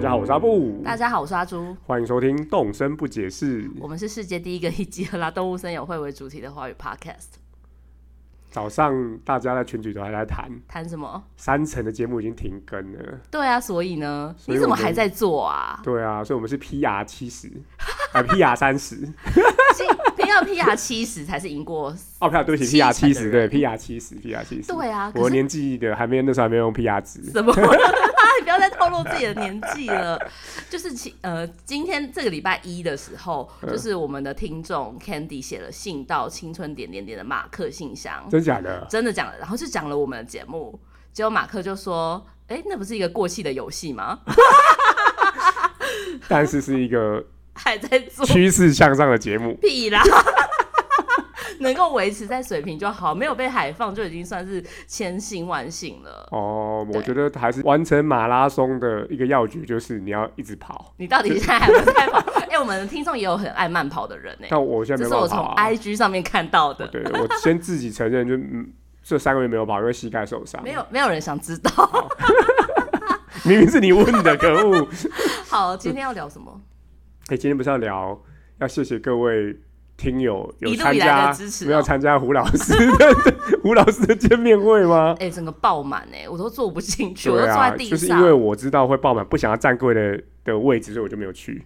家好，我是阿布，大家好，我是阿朱，欢迎收听《动声不解释》。我们是世界第一个以集合啦动物森友会为主题的华语 podcast。早上大家在群组都还在谈，谈什么？三层的节目已经停更了。对啊，所以呢，所以你怎我么们还在做 啊？对啊，所以我们是 PR 七十，呃 PR 三十。进 P R P R 七十才是赢过，哦，不对，对不起七，PR 成七的十，对，PR 七十，PR 七十。对啊可是我年纪的还没有，那时候还没有用 PR 值。怎么 了？你不要再透露自己的年纪了。就是其呃，今天这个礼拜一的时候，嗯就是我们的听众 Candy 写了信到青春点点点的马克信箱，真假的？真的讲了，然后就讲了我们的节目，结果马克就说：“哎、那不是一个过气的游戏吗？但是是一个还在做。趋势向上的节目屁啦！ 能够维持在水平就好，没有被海放就已经算是千幸万幸了。哦，对我觉得还是完成马拉松的一个要诀就是你要一直跑。你到底现在还有在跑？ 哎、我们的听众也有很爱慢跑的人呢、但我现这在没是办我法从跑、啊。 IG 上面看到的，对，我先自己承认，就嗯，这三个月没有跑，因为膝盖受伤。没，有没有人想知道。明明是你问的，可恶！好，今天要聊什么？哎、今天不是要聊，要谢谢各位听友有一路参以来加的支持哦没有参加胡老师的 胡老师的见面会吗？哎、整个爆满哎、我都坐不进去，我对都坐啊，在地就是上，因为我知道会爆满，不想要占各位的的位置，所以我就没有去。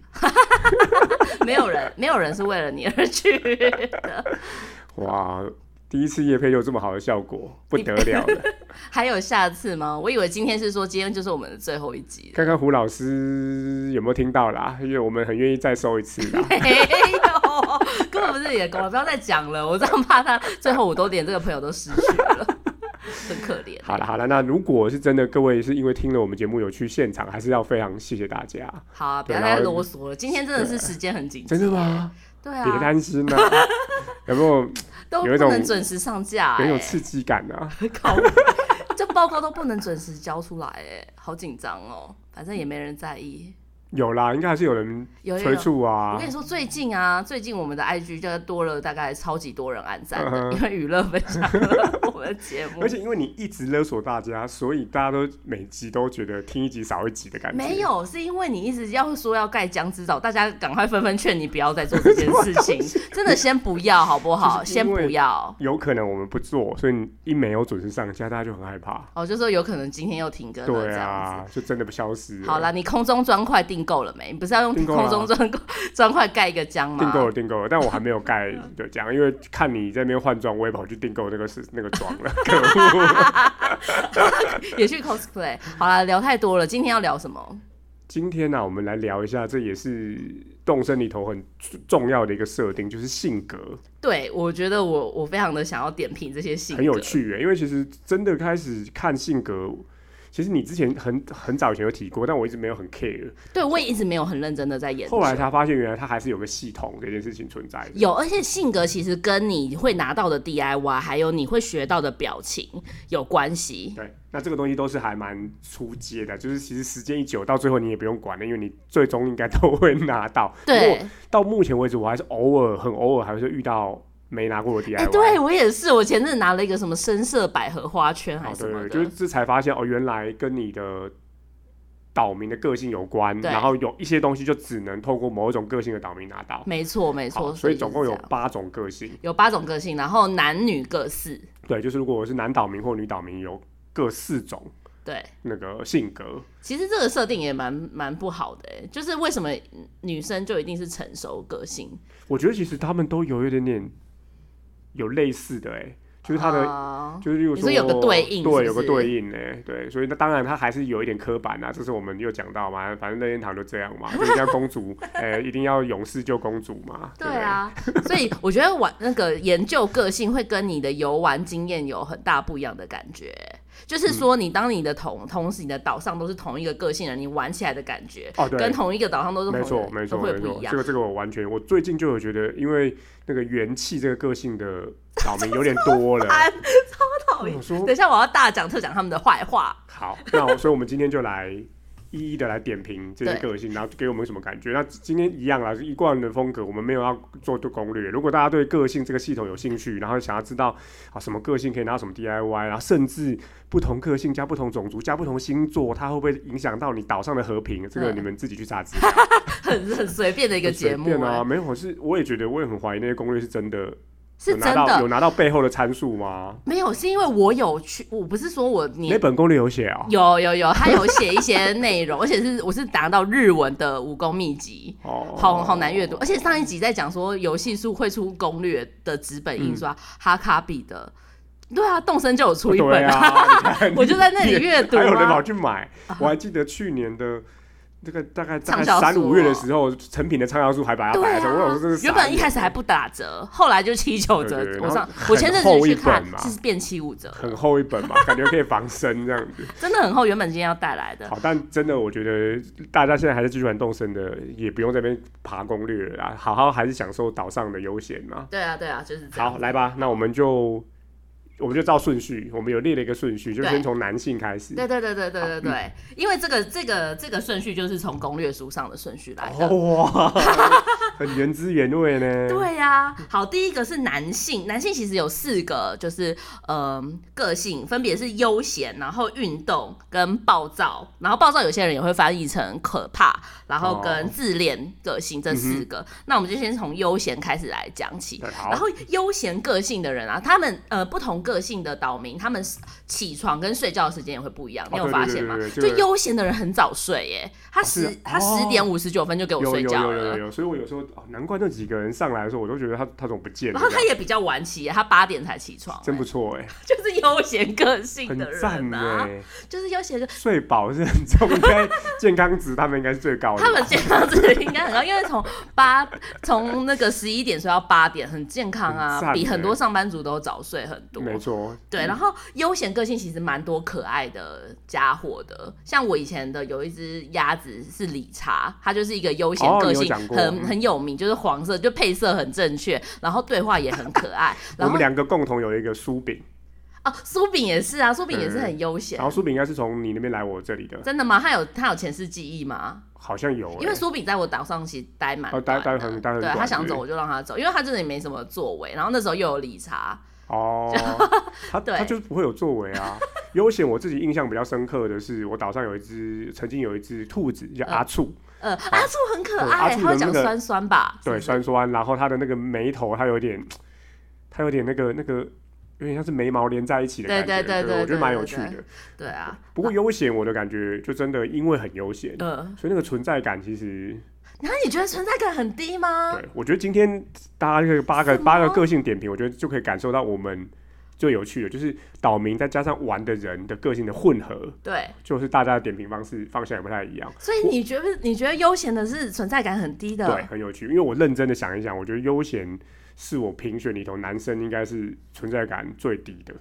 没有人，没有人是为了你而去 的。哇，第一次夜配有这么好的效果，不得了了！ 还有下次吗？我以为今天是说今天就是我们的最后一集了。看看胡老师有没有听到啦，因为我们很愿意再收一次啦。没有，根本不是你的功劳，不要再讲了。我这样怕他最后我都连这个朋友都失去了，很可怜。好了好了，那如果是真的，各位是因为听了我们节目有去现场，还是要非常谢谢大家。好啊，不对要然再后啰嗦了。今天真的是时间很紧真张，的吗？对别啊，担心呐、 啊，有没有都有不一种能准时上架、有一欸，种刺激感啊？靠，这报告都不能准时交出来、欸，哎，好紧张哦。反正也没人在意。有啦，应该还是有人有有催有，促我啊跟。你说，最近啊，最近我们的 IG 就多了大概超级多人按赞嗯的，哼因为娱乐分享了我们的节目而。且因为你一直勒索大家，所以大家都每集都觉得听一集少一集的感觉。没，有，是因为你一直要说要盖江之岛，大家赶快纷纷劝你不要再做这件事 情，真的先不要好不啊好？就是先因为不要。有可能我们不做，所以你一没有准时上架，大家就很害怕。哦，就说有可能今天又停更了对这样啊，就真的不消失子。了。好啦，，你空中砖块订购了没？你不是要用订购空啦中砖块 砖块盖一个江吗？订购了，订购了，但我还没有盖对这样，因为看你在那边换装，我也跑去订购那个是那个装 了。可恶！也去 cosplay。好啦，聊太多了，今天要聊什么？今天呢、我们来聊一下，这也是动身里头很重要的一个设定，就是性格，对，我觉得我我非常的想要点评这些性格，很有趣耶。因为其实真的开始看性格，其实你之前很很早以前有提过，但我一直没有很 care。对我也一直没有很嗯认真的在研究。后来才发现，原来它还是有个系统这件事情存在的。有，而且性格其实跟你会拿到的 DIY，还有你会学到的表情有关系。对，那这个东西都是还蛮出街的，就是其实时间一久，到最后你也不用管了，因为你最终应该都会拿到。对，到目前为止，我还是偶尔很偶尔还会遇到没拿过的 DIY。哎、对我也是，我前阵拿了一个什么深色百合花圈还哦，是什对么对，的，就是这才发现哦，原来跟你的岛民的个性有关，对然后有一些东西就只能透过某一种个性的岛民拿到。没错没好错，所以总共就是有这样八种个性。有八种个性，然后男女各四，对，就是如果我是男岛民或女岛民，有各四种对。那个性格。其实这个设定也蛮蛮不好的、哎，就是为什么女生就一定是成熟个性？我觉得其实他们都有一点点有类似的、欸，哎，就是他的。啊就是，例如你说说有个对应是不对，有个是对应呢、对，所以那当然它还是有一点刻板啊，这是我们又讲到嘛，反正任天堂就这样 嘛，就一定要公主，哎、一定要勇士救公主嘛，对不对啊， 所以我觉得玩那个研究个性会跟你的游玩经验有很大不一样的感觉。就是说，嗯你当你的同、同时你的岛上都是同一个个性人，你玩起来的感觉，哦，对，跟同一个岛上都是没同一错，个没人错，都会没不错一，样这。个这个我完全，我最近就有觉得，因为那个元气这个个性的岛民有点多 了，烦哎超讨我厌！想说等一下我要大讲特讲他们的坏话。 好，那我所以我们今天就来一一的来点评这些个性，然后给我们什么感觉。那今天一样啦，是一贯的风格，我们没有要做做攻略。如果大家对个性这个系统有兴趣，然后想要知道啊什么个性可以拿什么 DIY，然后甚至不同个性加不同种族加不同星座，它会不会影响到你岛上的和平？这个嗯你们自己去查资料。很很随便的一个很随节目、便哎啊，没有，我是我也觉得，我也很怀疑那些攻略是真的，是有真拿到有的拿到背后的参数吗？没有，是因为我有去，我不是说我那年本攻略有写啊、有有有，他有写一些内容，而 且是我是拿到日文的武功秘籍。哦，好好难阅读，而且上一集在讲说游戏书会出攻略的纸本印嗯刷，哈卡比的，对啊，动森就有出一对 本啊，你看我就在那里 阅读还有人跑啊。去买，我还记得去年的。这个大概大概畅销书三五哦月的时候，成品的畅销书还把它对摆在上，我想啊说这是，原本一开始还不打折，后来就七九折对对。对我然上后我前阵很子厚一去看本嘛是变七五折，很厚一本嘛，感觉可以防身这样 子。真的很厚。原本今天要带来的，好，但真的我觉得大家现在还是继续玩动身的，也不用在那边爬攻略了啦，好好还是享受岛上的悠闲嘛。 对啊对啊，就是这样好，。来吧，那我们就我们就照顺序，我们有列了一个顺序，就对先从男性开始。对对对对对对对，因为这个这个这个顺序就是从攻略书上的顺序来的。 哦哇，很原汁原味呢。对呀、好，第一个是男性，男性其实有四个，就是呃个性，分别是悠闲，然后运动跟暴躁，然后暴躁有些人也会翻译成可怕，然后哦跟自恋个性这四个。那我们就先从悠闲开始来讲起。对，然嗯好，后悠闲个性的人啊，他们呃不同个性的岛民，他们起床跟睡觉的时间也会不一样，你哦有对发对现对吗对？对就这个悠闲的人很早睡耶，他是十、啊他哦十点五十九分就给我有睡有觉有了，有有有，所以我有时候、哦、难怪那几个人上来的时候，我都觉得他他怎么不见了然后这他样，也比较晚起，他八点才起床，欸真不错哎、 就是悠闲个性很的赞人啊，哎，就是悠闲个。睡饱是很重要，应 该健康值他们应该是最高的吧。他们健康值应该很高，因为从八从那个十一点睡到八点，很健康很啊，赞比很欸多上班族都早睡很多。没错，对，然后悠闲个性其实蛮多可爱的家伙的，像我以前的有一只鸭子是理查，它就是一个悠闲哦个你有性讲过很很有名，就是黄色，就配色很正确，然后对话也很可爱，我然们后两个共同有一个酥饼，哦苏饼也是啊，苏饼也是对很悠闲然，后酥饼应该是从你那边来我这里的，真的吗？他有他有前世记忆吗？好像有、欸，因为苏炳在我岛上其实待蛮哦短的，待待很待很对短他想对走我就让他走，因为他真的也没什么作为。然后那时候又有理查， 哦，他对他就是不会有作为啊。 悠闲，我自己印象比较深刻的是，我岛上有一只，曾经有一只兔子叫阿醋，呃，阿醋很可对阿爱，醋他的会那讲个酸酸吧？是对，不是酸酸，然后它的那个眉头，它有点，它有点那个那个，有点像是眉毛连在一起的对感觉，对对对我觉得对蛮对有对趣的。对啊，不过悠闲，我的感觉就真的因为很悠闲，呃，所以那个存在感其实，然后你觉得存在感很低吗？对我觉得今天大家这个八个什么八个个性点评，我觉得就可以感受到我们最有趣的，就是岛民再加上玩的人的个性的混合。对，就是大家的点评方式方向也不太一样，所以你觉得你觉得悠闲的是啊存在感很低对，的，很有趣。因为我认真的想一想，我觉得悠闲是我评选里头男生应该是存在感最低的。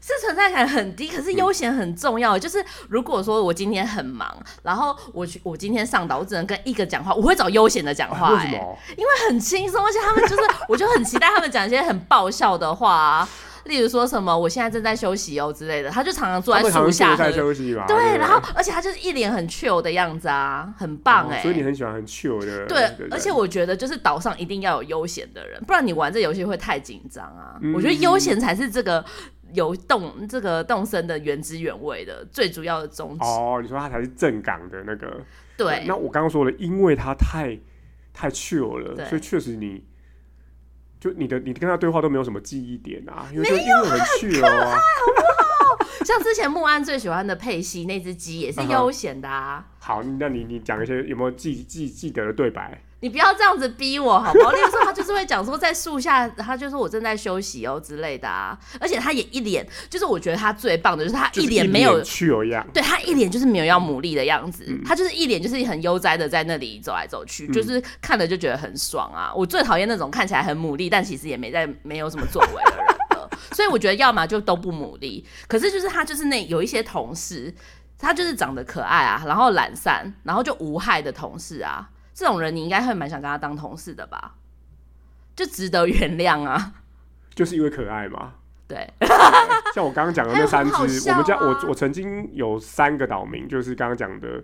是存在感很低，可是悠闲很重要。嗯就是如果说我今天很忙，然后我去我今天上岛，我只能跟一个讲话，我会找悠闲的讲话、啊为什哎么？因为很轻松，而且他们就是，我就很期待他们讲一些很爆笑的话、啊，例如说什么我现在正在休息哦之类的，他就常常坐他在们好树像下坐在喝。休息嘛。不对，然后而且他就是一脸很 chill 的样子啊，很棒哎、哦所以你很喜欢很 chill 的。对不，而且我觉得就是岛上一定要有悠闲的人，不然你玩这游戏会太紧张啊。嗯我觉得悠闲才是这个游动这个动身的原汁原味的最主要的宗旨。哦，你说他才是正港的那个。对，那我刚刚说了，因为他太太 chill 了，对所以确实你。就你的你跟他对话都没有什么记忆点啊，因为就因为很 chill 啊，像之前木安最喜欢的佩西那只鸡也是嗯哼悠闲的啊。好，那你你讲一些有没有记记记得的对白？你不要这样子逼我好不好？例 如说，他就是会讲说在树下，他就说我正在休息哦之类的啊。而且他也一脸，就是我觉得他最棒的就是他就是脸没有， chill 一样，对他一脸就是没有要努力的样子，嗯他就是一脸就是很悠哉的在那里走来走去，嗯就是看了就觉得很爽啊。我最讨厌那种看起来很努力，但其实也没在没有什么作为的人了。所以我觉得要么就都不努力，可是就是他就是那有一些同事，他就是长得可爱啊，然后懒散，然后就无害的同事啊，这种人你应该会蛮想跟他当同事的吧？就值得原谅啊，就是因为可爱嘛。对，像我刚刚讲的那三还有很好只，笑我们家啊我我曾经有三个岛民，就是刚刚讲的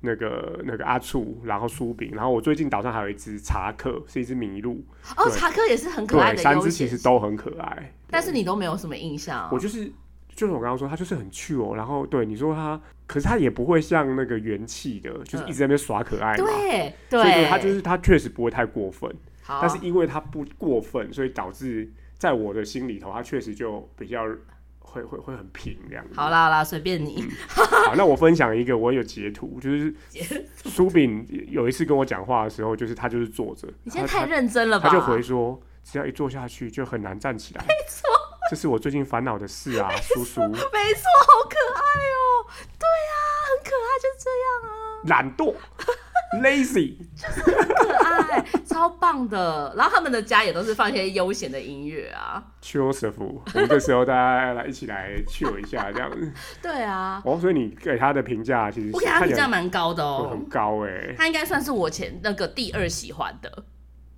那个那个阿醋，然后酥饼，然后我最近岛上还有一只查克，是一只麋鹿，哦，对查克也是很可爱对，的三悠只其闲实，都很可爱。但是你都没有什么印象。啊我就是就是我刚刚说，他就是很 Q 哦，然后对你说他，可是他也不会像那个元气的，就是一直在那边耍可爱嘛。嗯对所以对，哦他就是他确实不会太过分，好，但是因为他不过分，所以导致在我的心里头，他确实就比较会会会很平这样子。好啦好啦，随便你。嗯好，那我分享一个，我有截图，就是苏炳有一次跟我讲话的时候，就是他就是坐着，你现在他太认真了他吧？就回说，只要一坐下去就很难站起来。没错，这是我最近烦恼的事啊，叔叔。没错，好可爱哦、对啊，很可爱，就这样啊。懒惰，lazy，可爱，啊哎超棒的。然后他们的家也都是放一些悠闲的音乐啊。 Joseph，我们这时候大家来一起来 chill 一下这样子。对啊，哦，所以你给他的评价其实我是给他看评起价来蛮高的都哦很。高哎、他应该算是我前那个第二喜欢的，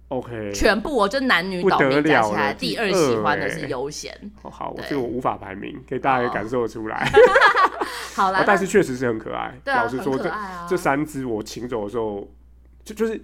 OK，全部我就男女不岛得民加了起来了第第二二喜欢的欸是悠闲。哦好，我对这个我无法排名，可以大家哦感受得出来。好啦哦，但是确实是很可爱。对啊，老实很说，可这爱啊。这三只我请走的时候，就就是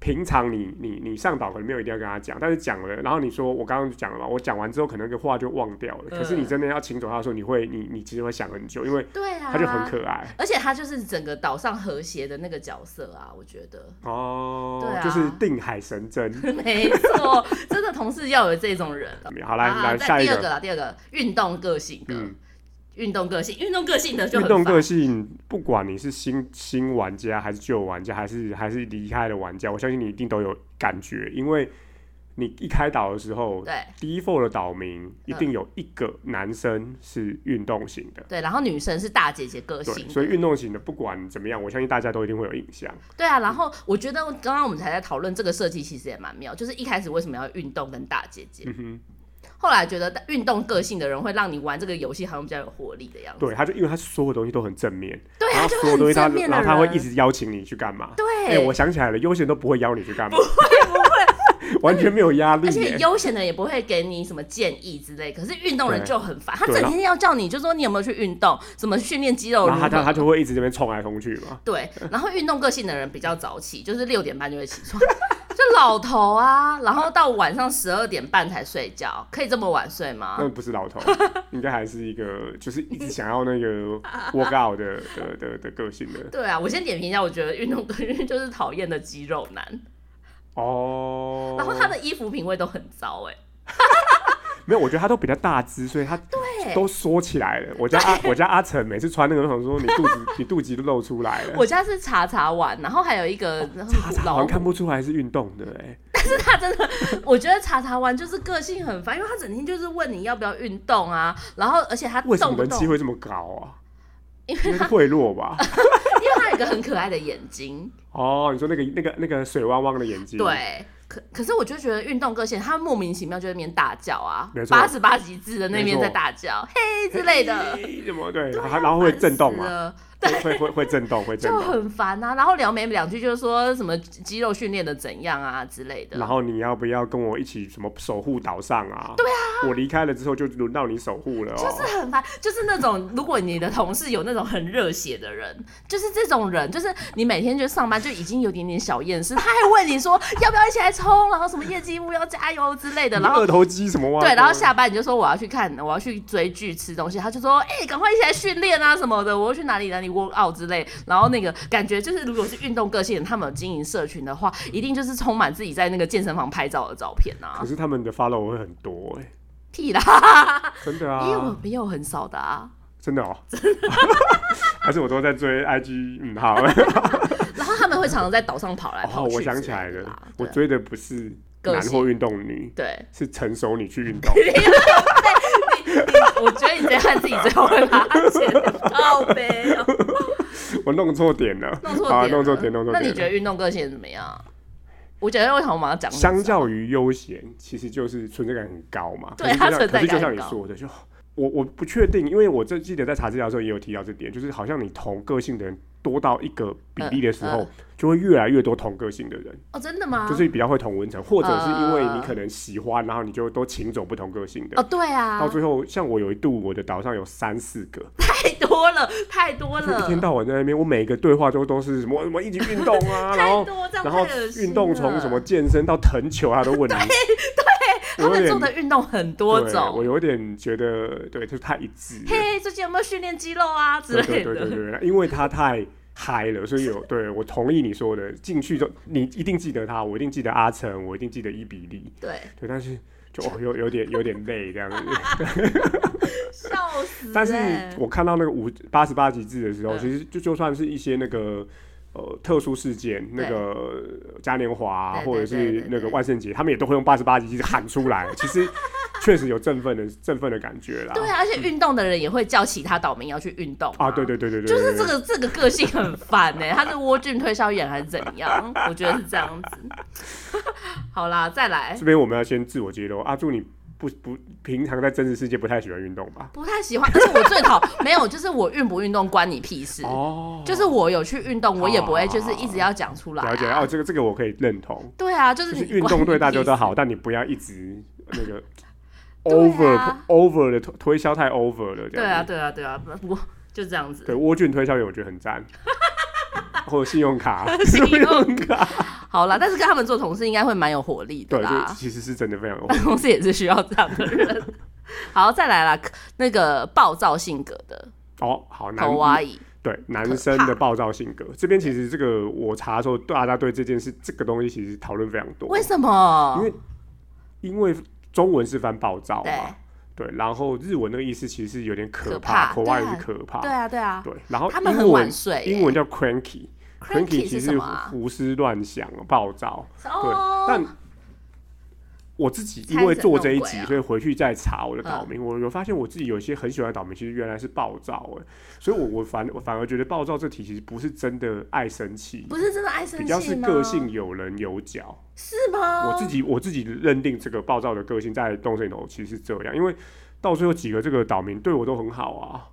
平常你你你上岛可能没有一定要跟他讲，但是讲了，然后你说我刚刚讲了嘛，我讲完之后可能那个话就忘掉了。可是你嗯真的要请走他的时候，你会你你其实会想很久，因为对啊，他就很可爱。而且他就是整个岛上和谐的那个角色啊，我觉得。 哦，对啊就是定海神针。没错，真的同事要有这种人了。好，来、啊来再下一第二个啦，第二个运动个性的，嗯运动个性，运动个性的就运很动烦个性，不管你是新新玩家还是旧玩家，还是还是离开的玩家，我相信你一定都有感觉，因为你一开岛的时候对，default 的岛嗯民一定有一个男生是运动型的。对，然后女生是大姐姐个对性，，所以运动型的不管怎么样，我相信大家都一定会有印象。对啊。然后我觉得刚刚我们才在讨论这个设计，其实也蛮妙，就是一开始为什么要运动跟大姐姐，嗯后来觉得运动个性的人会让你玩这个游戏好像比较有活力的样哼，子。对，他就因为他所有东西都很正面，对，然他后就所有东很西他，正面的然后人，他会一直邀请你去干嘛？哎、对，我想起来了，悠闲都不会邀你去干嘛，不 会，完全没有压力而耶、且悠闲的也不会给你什么建议之类。可是运动人对就很烦，他对整然后天要叫你就说你有没有去运动，怎么训练肌肉如然后何他他他就会一直这边冲来冲去嘛。对，然后运动个性的人比较早起，就是六点半就会起床， 就老头啊，然后到晚上十二点半才睡觉，可以这么晚睡吗？那不是老头，应该还是一个就是一直想要那 个 work out 的的的的个性的对啊，我先点评一下，我觉得运动个性就是讨厌的肌肉男，哦。然后他的衣服品味都很糟哎、没有，我觉得他都比较大只，所以他对都缩起来 了。我家阿我家阿成每次穿那个，我想说你肚子 你肚脐都露出来了。我家是茶茶碗，然后还有一个他好老像虎，看不出来是运动的哎、我觉得茶茶碗就是个性很烦，因为他整天就是问你要不要运动啊，然后而且他为什动么不人动，气会这么高啊？因为是贿赂吧？ 因为他有一个很可爱的眼睛。哦，你说那个那个那个水汪汪的眼睛，，啊对，可可是我就觉得运动个性，他莫名其妙就在那边大叫啊没，错八十八级字的那边在大叫，嘿之类的，什哎么对，然啊后然后会震动嘛，嘛，会会会会震动，会震就动。很烦啊。然后聊没两句就说什么肌肉训练的怎样啊之类的然，后你要不要跟我一起什么守护岛上啊？对啊，我离开了之后就轮到你守护了哦。就是很烦。就是那种如果你的同事有那种很热血的人，就是这种人，就是你每天就上班就已经有点点小厌世，他还问你说要不要一起来冲，然后什么业绩目要加油之类的，你然后二头肌什么哇？对，然后下班你就说我要去看，我要去追剧、吃东西，他就说，哎、赶快一起来训练啊什么的，我要去哪里哪里 work out 之类。然后那个感觉就是，如果是运动个性的，他们有经营社群的话，一定就是充满自己在那个健身房拍照的照片啊可，是他们的 follow 会很多哎、屁啦，真的因为我啊，没有很少的啊。真 的哦，还是我都在追 IG，嗯， 好，然后他们会常常在岛上跑来哦跑，去、我想起来了，我对追的不是个男性或运动女，对，是成熟你去运 动。我觉得你这样自己最后会把它剪 掉呗，我弄错点了，哦弄错点啊了，弄错点，弄错那点。你觉得运动个性怎么样？我觉得为什么我马上讲这个？相较于悠闲，其实就是存在感很高嘛。对可是就它像存在可是就感像很你高说的，就我我不确定，因为我这记得在查资料的时候也有提到这点，就是好像你同个性的人多到一个比例的时候，嗯嗯就会越来越多同个性的人，哦，真的吗？就是比较会同文层，或者是因为嗯嗯你嗯可能喜欢，然后你就都请走不同个性的。哦，对啊，到最后，像我有一度，我的岛上有三四个，太多了，太多就一了，天到晚在那边，我每个对话都都是什么我们一起运动 啊，然太后多，这样然后太恶心了运动从什么健身到藤球，啊他都问你，他我有们点做的运动很多对我种。有点觉得对，就是太一致了，嘿，最近有没有训练肌肉啊之对类对对对的？对，因为他太嗨了，所以有对我同意你说的，进去就你一定记得他，我一定记得阿成，我一定记得伊比利，对，对，但是就哦有有点有点累这 样 子。笑死欸！但是我看到那个五八十八级制的时候，嗯其实就就算是一些那个呃特殊事件，那个嘉年华啊、对对或者对是对那个对万圣节，他们也都会用八十八级制喊出 来。其实确实有振奋的振奋的感觉啦。对啊，而且运动的人也会叫其他岛民要去运动啊，对对对对对，就是对。这个这个个性很烦呢、他是蜗苣推销员还是怎样？我觉得是这样子。 好啦，再来这，边我们要先自我揭露，阿柱你不不平常在真实世界不太喜欢运动吧？不太喜欢，而且我最讨没有，就是我运不运动关你屁事。哦，就是我有去运动，我也不会就是一直要讲出来、啊。了解哦，这个这个我可以认同，对啊，就就是是你运动对大家都关你好，但你不要一直那个 对 over、啊 over 的推推销太 over 了，屁事。这对样啊，子对啊，对啊，不不就这样子。对，蜗苣推销员我觉得很 赞，或者信用卡， 信用卡，好啦，但是跟他们做同事应该会蛮有活力的对，啦这。其实是真的非常有办公室也是需要这样的人。好，再来啦，那个暴躁性格的哦，好男头蛙椅，对男生的暴躁性格，这边其实这个我查的时候，大家对这件事这个东西其实讨论非常多，为什么？因为因为中文是翻暴躁对嘛，对，然后日文那个意思其实是有点可可怕，怕口蛙也对是可怕，对啊，对啊，对，然后他们英很文晚睡耶。英文叫 cranky。 cranky 其实是什是么啊？胡思乱想、暴躁，对，但哦，我自己猜因为着做弄这一鬼嗯集，啊所以回去再查我的岛民，我有发现我自己有一些很喜欢的岛民，其实原来是暴躁哎，所以我我反我反而觉得暴躁这题其实不是真的爱生气，不是真的爱生比气较吗？嗯是个性有棱有角。是吗？我自己我自己认定这个暴躁的个性在动森头其实是这样，因为到最后几个这个岛民对我都很好啊，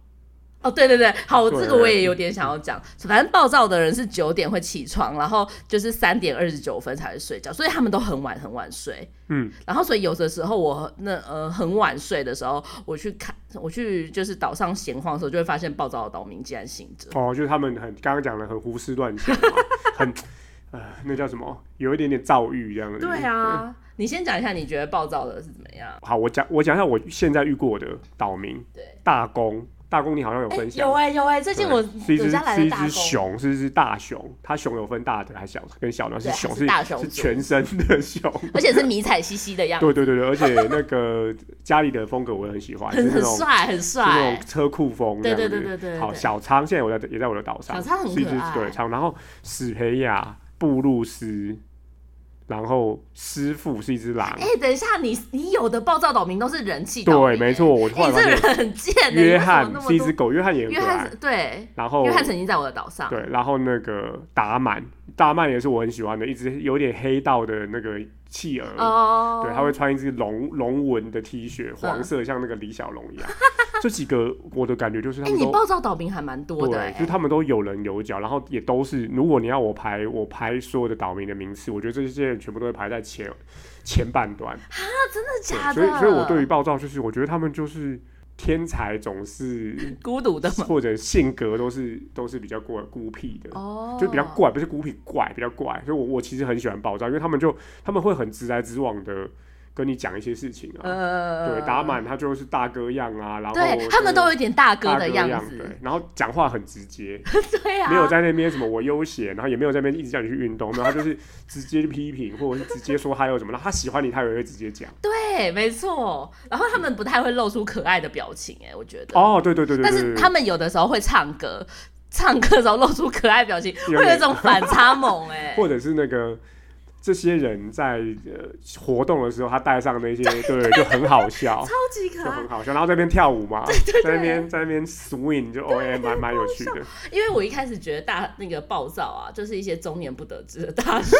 哦，对对对，好，对这个我也有点想要讲。反正暴躁的人是九点会起床，然后就是三点二十九分才会睡觉，所以他们都很晚很晚睡。嗯，然后所以有的时候我那呃很晚睡的时候，我去看我去就是岛上闲晃的时候，就会发现暴躁的岛民竟然醒着。哦，就是他们很刚刚讲的很胡思乱想嘛，很呃那叫什么，有一点点躁郁这样子。对啊，你先讲一下你觉得暴躁的是怎么样？好，我讲我讲一下我现在遇过的岛民，对，大公，大公你好像有哎、分享，有哎、有哎、最对近我是一我只家来是了一大只狗，熊，是一只大熊，它熊有分大的还小跟小的，是对熊它是大熊是族全身的熊。 而且是迷彩兮兮的样子，对对对对，而且那个家里的风格我也很喜啊欢，是很那很种帅很是那帅种。车库风这对样子。对对对对对好，对小仓现在我在也在我的岛上，小仓很是一可只爱对仓，然后史培亚、布鲁斯，然后师傅是一只狼。哎、等一下，你你有的暴躁岛民都是人气岛对，民、没错，。我后来哎、你这发个现人很贱的、你为约什么翰那么是一多只狗，约翰也很约可翰爱是。对，然后约翰曾经在我的岛上。哦对，然后那个达满，达曼也是我很喜欢的，一只有点黑道的那个企鹅。哦，啊对，他会穿一只龙龙纹的 T 恤，黄色，像那个李小龙一样。这几个我的感觉就是哎、他们你都暴躁岛民还蛮多的、对，哎就是他们都有棱有角，然后也都是，如果你要我排，我排所有的岛民的名次，我觉得这些人全部都会排在前前半段。真的对假的？所以，所以我对于暴躁，就是我觉得他们就是天才，总 是孤独的嘛，或者性格都是都是比较过孤僻的。哦，就比较怪，不是孤僻怪，比较怪。所以我我其实很喜欢爆炸，因为他们就他们会很直来直往的跟你讲一些事情啊。呃，对，打满他就是大哥样啊，然后对他们都有一点大哥大的样对子，，然后讲话很直接，对 啊，没有在那边什么我悠闲，然后也没有在那边一直叫你去运动，然后他就是直接批评，或者是直接说他有什么，然后他喜欢你，他也会直接讲。对，没错。然后他们不太会露出可爱的表情、哎，我觉得。哦，对对对对但对是对他们有的时候会唱歌，唱歌的时候露出可爱表情，会有点有一种反差萌、哎， 或者是那个这些人在呃活动的时候，他带上 那些对，就很好笑。 超级可就爱很。好笑，然后在那边跳舞嘛，在那边在那边 swing 就 O M 蛮蛮有趣的，因为我一 开始觉得大那个暴躁啊，就是一些中年不得志的大叔。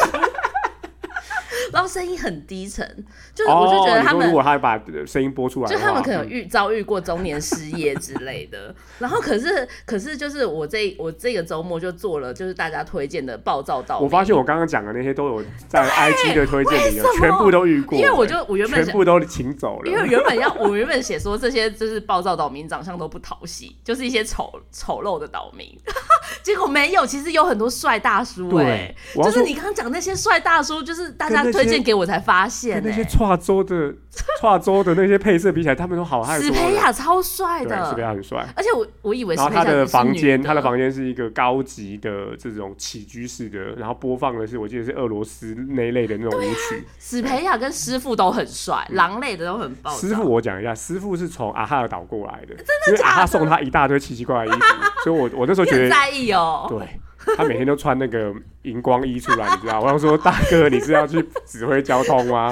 然后声音很低沉，就是我哦，就觉得你他说们如果他把呃声音播出来的就话，他们可能嗯有遇遭遇过中年失业之类的，然后可是可是就是我这我这个周末就做了就是大家推荐的暴躁到我发现我刚刚讲的那些都有在 IG 的推荐里为有什么全部都遇过，哎因为我就我原本全想。部都请走因为了。原本要，我原本写说这些就是暴躁岛民长相都不讨喜，就是一些丑丑陋的岛民， 结果没有，其实有很多帅大叔哎、对我就要是说你刚刚讲那些帅大叔，就是大家跟那些推荐给我才发现跟哎、那些跨州 的跨州的那些配色比起来，他们都好害史羞。培雅超帅对，的史培，亚很帅。而且我我以为然史后培雅他的是房女间，的他的房间是一个高级的这种起居式的，然后播放的是我记得是俄罗斯那一类的那种舞 曲。史培雅跟师傅都很帅，狼类的都很暴躁。嗯师傅，我讲一下，师傅是从阿哈尔岛过来的，因为阿假的哈送他一大堆奇奇怪怪的衣服，所以我我那时候 你觉很得，在意哦。对他每天都穿那个荧光衣出来，你知道？我想说，大哥，你是要去指挥交通 吗？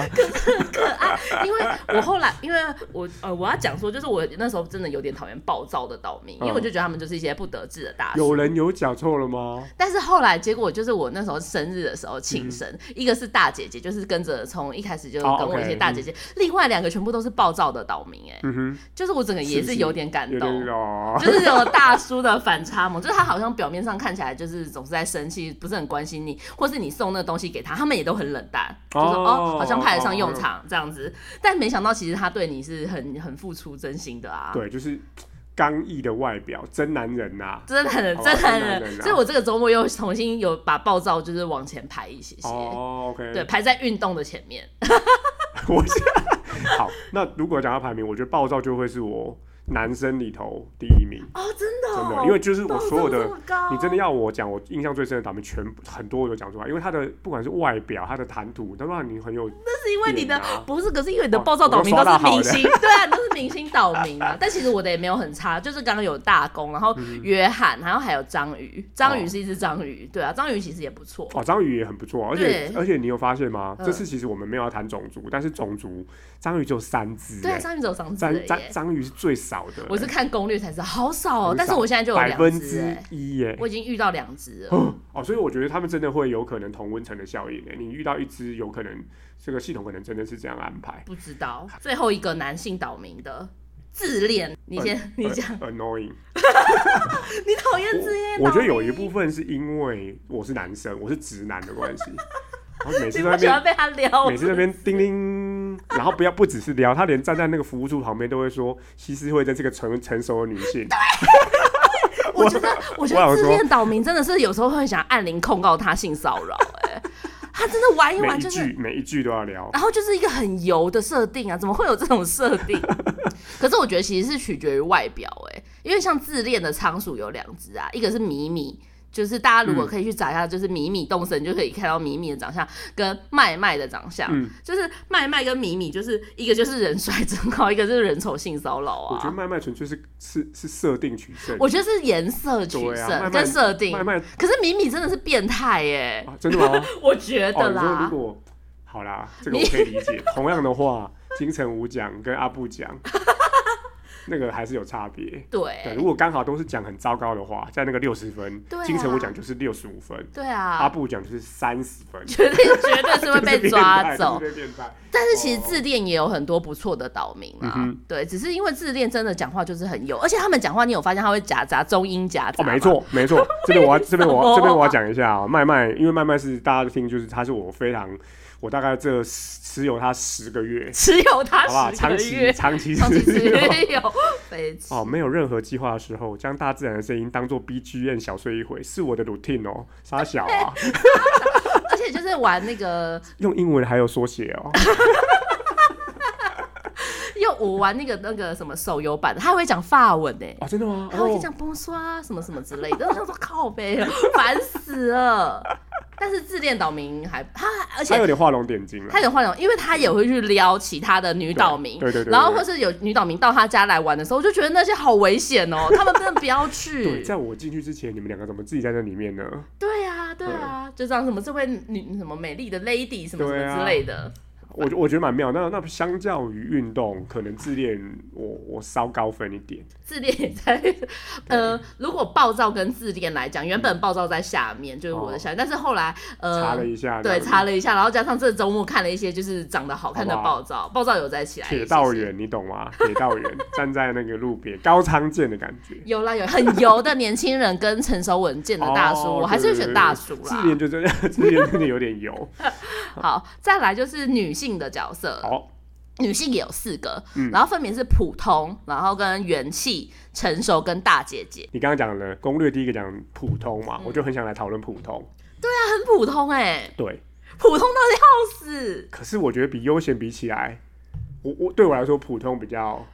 因为我后来，因为我呃，我要讲说，就是我那时候真的有点讨厌暴躁的岛民，因为嗯我就觉得他们就是一些不得志的大有叔。人有讲错了吗？但是后来结果就是我那时候生日的时候庆生，一个是大姐姐，就是跟着从一开始就嗯哦跟我一些 OK，大姐姐，另外两个全部都是暴躁的岛民、哎、嗯哼，就是我整个也是是是有点感有动。点哦，就是有大叔的反差萌，就是他好像表面上看起来就是总是在生气，不是很关心你，或是你送那东西给他，他们也都很冷淡，就说哦哦好像派得上用场这样子。但没想到其实他对你是很很付出真心的啊，，对，就是刚毅的外表，真男人呐、真的很好吧真的很真的很所以我这个周末又重新有把暴躁就是往前排一些些，哦，OK，对，排在运动的前面。 我现好，那如果讲到排名，我觉得暴躁就会是我男生里头第一名，哦，真的真哦、的，因为就是我所有暴躁这的。么高你真的要我讲，我印象最深的倒霉全部很多我都讲出来，因为他的不管是外表、他的谈吐，都让你很有那是因为你的点啊不是，可是因为你的哦暴躁岛民我都都是刷到好明的星，对啊，你都是明星岛民啊。但其实我的也没有很差，就是刚刚有大公，然后嗯约翰，然后还有章鱼，章鱼是一只章鱼，对啊，章鱼其实也不错。哦，章鱼也很不错，而且对而且你有发现吗？嗯这次其实我们没有要谈种族，但是种族章鱼只有三只、对啊，欸，章鱼只有长子章章耶。章鱼是最少的欸、我是看攻略才知道，好少哦很。少但是我现在就有百分两只之哎，一耶，我已经遇到两只了。哦，所以我觉得他们真的会有可能同温层的效应诶，欸你遇到一只有可能这个系统可能真的是这样安排。不知道最后一个男性岛民的自恋，你先 你讲，呃 annoying，你讨厌自恋岛民？我觉得有一部分是因为我是男生，我是直男的关 系，然后每次你在那不喜欢边被他撩，每次在那边叮叮，然后不要不只是聊，他连站在那个服务处旁边都会说西施会在这个成成熟的女性，我觉得，我觉我想说得自恋岛民真的是有时候会想按铃控告他性骚扰、 哎，他真的玩一每玩一就是，句每一句都要聊。然后就是一个很油的设定啊，怎么会有这种设 定？可是我觉得其实是取决于外表、哎，因为像自恋的仓鼠有两只啊，一个是米米。就是大家如果可以去找一下，就是米米动森，你就可以看到米米的长相跟麦麦的长相。嗯就是麦麦跟米米，就是一个就是人帅真好，一个就是人丑性骚扰我觉得啊。麦麦纯粹是是是设定取胜，我觉得是颜色取对啊，胜麦跟麦设定，麦麦可是米米真的是变态耶，啊，真的吗？我觉哦，得你说啦如，果好啦，这个我可以理 解。同样的话，金城武讲跟阿布讲，那个还是有差别。对，对如果刚好都是讲很糟糕的话，在那个六十分，哎对啊金城武讲就是六十五分，对阿啊，布讲就是三十分， 绝对绝对是会被抓 走就。是变态。但是其实自恋也有很多不错的岛民嗯啊哼，对，只是因为自恋真的讲话就是很有，而且他们讲话你有发现他会夹杂中英夹杂 哦，吗没，错，没错，这边我 要这边我什么要这边我要讲一下啊，麦麦，因为麦麦是大家都听，就是他是我非常，我大概这十持有他十个月，只有他好不好？十个长期月，长期长期持只有。 有飞机。哦，没有任何计划的时候，将大自然的声音当做 BGM 小睡一回，是我的 routine 哦，傻小啊，而且就是玩那个，用英文还有缩写哦，又我玩那个那个什么手游版的，他会讲法文呢，哦，真的吗？他会哦讲崩刷什么什么之类的，我想说靠背了，烦死了。但是自恋岛民还他，而他有且点画龙点睛了他，有换种，因为他也会去撩其他的女岛民，对对对对然后或是有女岛民到他家来玩的时候，我就觉得那些好危险哦，他们真的不 要对，去。在我进去之前，你们两个怎么自己在那里面呢？对啊，对啊，就这样什么这位女什么美丽的 lady 什么什对么啊之类的，吧我？觉我觉得蛮妙。那那相较于运动，可能自恋我我稍高分一点。自恋也 在，呃，如果暴躁跟自恋来讲，原本暴躁在下面，就是我的下面，但是后来查哦了呃，一下，对，这样查了一下，然后加上这周末看了一些就是长得好看的好不好暴躁，暴躁有再起来，铁道谢谢员，你懂吗？铁道员站在那个路边，高仓健的感觉。有啦有很油的年轻人跟成熟稳健的大叔，哦我还是会选大叔对对对自啦。恋就真的，自恋真的有点油。好，再来就是女性的角色，好，女性也有四个，嗯然后分别是普通，然后跟元气、成熟跟大姐姐。你刚刚讲了攻略，第一个讲普通嗯嘛，我就很想来讨论普通。她很普通哎、对，普通到要死，可是我觉得比悠闲比起来，我我对我来说普通比较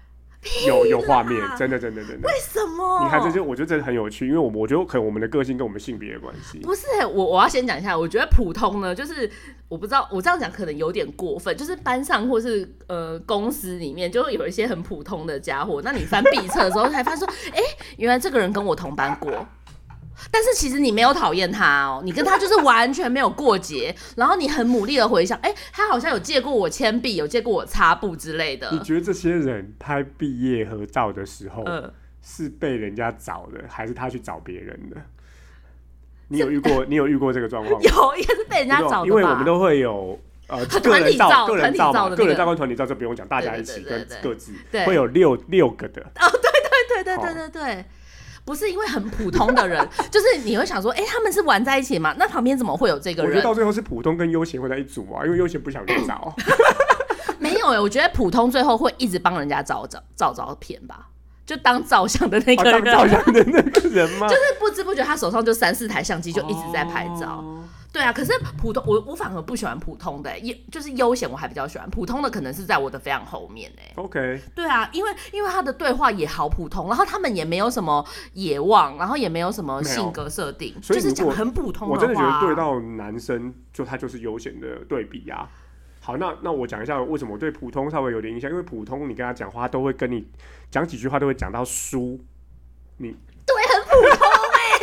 有有画面，真的真的真的。为什么？你看，这就我觉得真的很有趣，因为我们我觉得可能我们的个性跟我们性别有关系。不是我，我要先讲一下，我觉得普通呢，就是我不知道我这样讲可能有点过分，就是班上或是呃公司里面就会有一些很普通的家伙，那你翻壁册的时候才发现说，哎、原来这个人跟我同班过。但是其实你没有讨厌他哦，你跟他就是完全没有过节，然后你很努力的回想，哎、他好像有借过我铅笔，有借过我擦布之类你哦的。觉得这些人拍毕业合照的时候，呃，是被人家找的，还是他去找别人的？你有遇过？你有遇过这个状况吗？有应该是被人家有找的吧？哦因为我们都会有呃个 团人体照个人团体照嘛，的那个人个照跟团体照这不用讲，大家对一对起对跟对对各自对会有六六个的，对对对哦对对对，不是因为很普通 的人，就是你会想说，哎、他们是玩在一起嘛？那旁边怎么会有这个我觉得人？到最后是普通跟悠闲会在一组啊，因为 悠闲不想去 找，没有哎、我觉得普通最后会一直帮人家照照照照片吧，就当照相的那啊个当人，照相的那个人吗？就就是不知不觉他手上就三四台相机，就一直在拍照。哦对啊，可是普通我我反而不喜欢普通的、欸，也就是悠闲我还比较喜欢，普通的可能是在我的非常后面哎、 OK，对啊，因为因为他的对话也好普通，然后他们也没有什么野望，然后也没有什么没有性格设定，所以就是讲如果很普通我话、真的觉得对啊到男生，就他就是悠闲的对比啊。好，那那我讲一下为什么我对普通稍微有点印象，因为普通你跟他讲话，他都会跟你讲几句话，都会讲到书，欸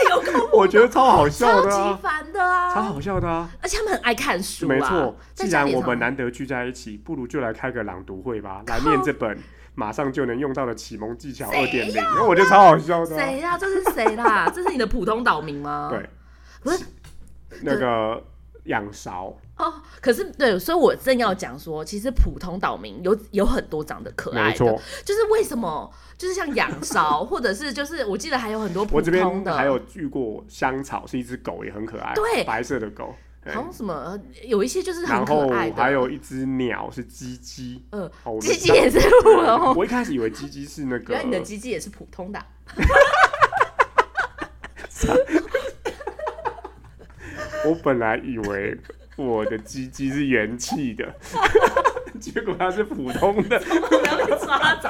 有空 我觉得超好笑超的、级啊，烦的超啊！好笑的啊，而且他们很爱看书啊，没错。在既家然里我常们难得聚在一起，不如就来开个朗读会吧，来念这本马上就能用到的启蒙技巧二点零，我觉得超好笑的啊、谁呀、这是谁啦？这是你的普通岛民吗？对，不是那个仰韶，哦，可是对，所以我正要讲说，其实普通岛民有有很多长得可爱没的错，。就是为什么就是像仰韶，或者是就是我记得还有很多普我这通边的，还有遇过香草，是一只狗，也很可爱，对白色的狗。哎好像什么有一些就是很然可后爱的，还有一只鸟是鸡鸡，呃，哦鸡鸡也是普我通，我一开始以为鸡鸡是那个原来你的鸡鸡也是普通的啊。我本来以为我的鸡鸡是元气 的，结果它是普通的， 不要被抓走，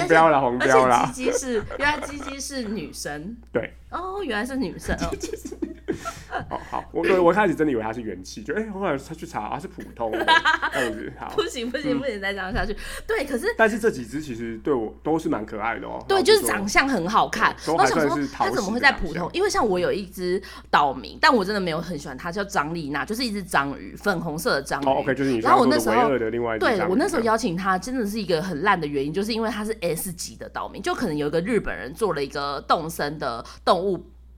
不 黄是啊标啦黄标啦而且鸡鸡是，原来鸡鸡是女生。对。哦，原来是女 生哦。哦，好，我我我一开始真的以为它是元气，就哎、后来他去查，它是普通的这样子。好，不行不行不行，再这样下去。对，可是但是这几只其实对我都是蛮可爱的哦。对，老实就是说长相很好看。对然都后还想算说是他讨怎么喜的会在长普通相？因为像我有一只岛民，但我真的没有很喜欢它，叫张丽娜，就是一只章鱼，粉红色的章鱼。哦，OK，就是你然后我刚刚那说时的候唯二的另外一只对章我那鱼时候这样邀请他，真的是一个很烂的原因，就是因为他是 S 级的岛民，就可能有一个日本人做了一个动身的动物。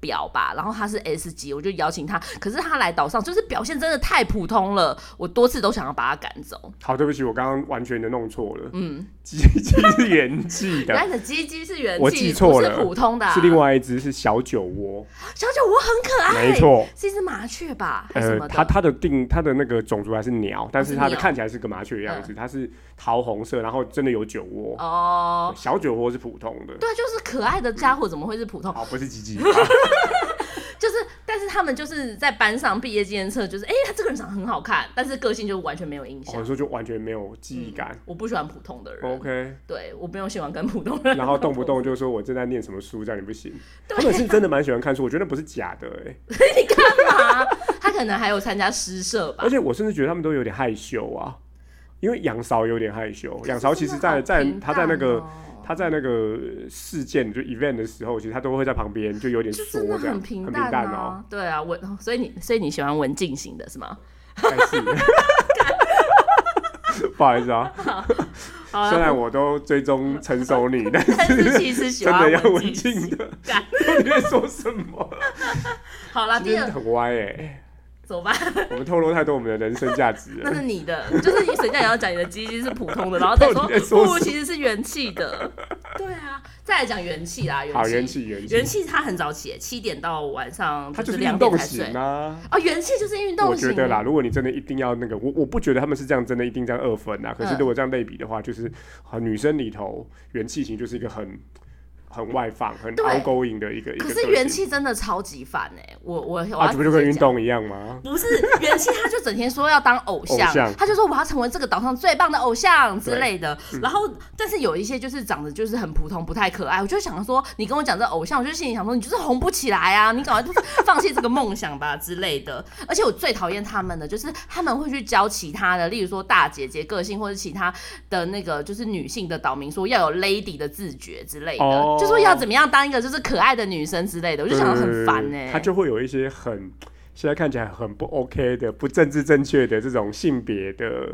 表吧，然后他是 S 级，我就邀请他，可是他来岛上就是表现真的太普通了，我多次都想要把他赶走。好，对不起，我刚刚完全的弄错了。 嗯，鸡鸡是元气原来的，你的鸡鸡是元气，我记错了不是普通的、啊，是另外一只是小酒窝，小酒窝很可爱，没，错。是一只麻雀吧，哎还是什呃么，的？它它的定它的那个种族还是鸟，但是它它是的鸟嗯看起来是个麻雀的样子，它是桃红色，然后真的有酒窝。哦，小酒窝是普通的，对，啊就是可爱的家伙，怎么会是普通？好，不是鸡 鸡。就是，但是他们就是在班上毕业纪念册，就是哎、他这个人长得很好看，但是个性就完全没有印象。我说就完全没有记忆感。我不喜欢普通的人，哦 OK，对我没有喜欢跟普通人。然后动不动就说我正在念什么书，这样你不 行。他们是真的蛮喜欢看书，我觉得不是假的哎、啊，他可能还有参加诗社吧而。且我甚至觉得他们都有点害羞啊，因为杨韶有点害羞。杨韶其实在可是真的好在平他淡在那个哦他在那个事件就 event 的时候，其实他都会在旁边就有点就缩真的这样，很平很平淡淡啊哦。，对啊，文，所以你所以你喜欢文静型的是吗？哦哎但是 不好意思啊，好啊虽了，然我都追踪成熟 你，但但是是其实喜 真欢的要文静静型。的。感你在说什么？好了，今第天二很歪哎、走吧，我们透露太多我们的人生价值 那是了。你的，就是你水下也要讲你的鸡鸡是普通 的，然后再到底在说说什不么其实是元气的。对啊，再来讲元气啦，好，元元。气元元气，气他很早起，七点到晚上它就是两运点动才睡型。啊。哦，元气就是运动我型。觉得啦，如果你真的一定要那个，我我不觉得他们是这样，真的一定这样二分啊。可是嗯如果这样类比的话，就是啊，女生里头元气型就是一个很很外放、很对 outgoing 的一个一个可个性。是元气真的超级烦哎、我我我啊，要这不就跟直运接讲动一样吗？不是元气，他就整天说要当偶像，偶像他就说我要成为这个岛上最棒的偶像之对嗯类的。然后，但是有一些就是长得就是很普通，不太可爱。我就想说，你跟我讲这偶像，我就心里想说，你就是红不起来啊，你赶快就是 放弃这个梦想吧之类的。而且我最讨厌他们的就是他们会去教其他的，例如说大姐姐个性或者其他的那个就是女性的岛民说要有 lady 的自觉之类的，哦就说要怎么样当一个就是可爱的女生之类的，我就想得很烦哎、他就会有一些很现在看起来很不 OK 的、不政治正确的这种性别的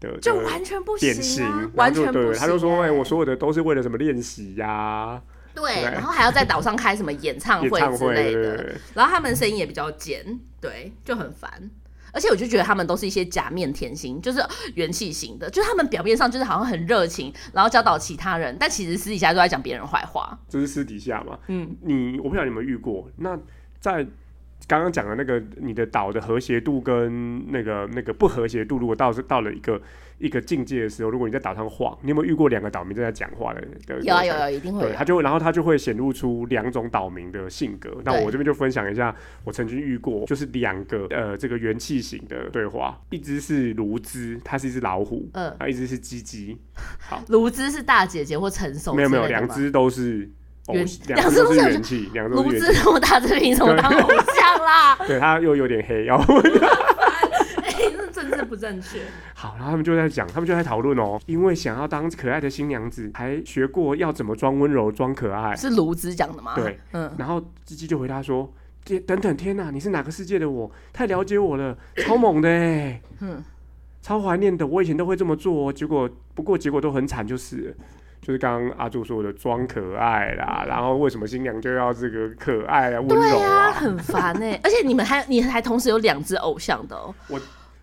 的就的完全不典行、型，啊，嗯然后完就全不行、对，欸。他就说：“哎，我所有的都是为了什么练习呀、对，对然后还要在岛上开什么演唱演会唱之会类对对的对，然后他们声音也比较尖，对，就很烦。而且我就觉得他们都是一些假面甜心，就是元气型的，就是他们表面上就是好像很热情，然后教导其他人，但其实私底下都在讲别人坏话。这是私底下嘛。嗯，你我不晓得你有没有遇过。那在刚刚讲的那个你的岛的和谐度跟那个那个不和谐度，如果到是到了一个一个境界的时候，如果你在岛上晃，你有没有遇过两个岛民正在讲话的？的有啊过有程啊有，一定会对，有。他就会，然后他就会显露出两种岛民的性格。那对我这边就分享一下，我曾经遇过，就是两个呃这个元气型的对话，一只是卢兹，它是一只老虎，嗯啊，一只是鸡鸡，卢兹是大姐姐或成熟没有没有，之类的吗两。只都是偶元两只都是元气，两只都卢是元兹气。这么大，这凭 什么当偶像啦？对，他又有点黑，然后哎，这政治不正确。好，然后他们就在讲，他们就在讨论哦，因为想要当可爱的新娘子，还学过要怎么装温柔、装可爱，是卢兹讲的吗？哎对，嗯，然后鸡鸡就回答说：“天，等等，天哪，你是哪个世界的我？太了解我了，超猛的哎、嗯嗯， 超怀念的。我以前都会这么做哦，结果不过结果都很惨，就是了就是刚刚阿柱说的装可爱啦，然后为什么新娘就要这个可爱啊、温柔对啊，啊？很烦哎、而且你们还你还同时有两只偶像的、哦，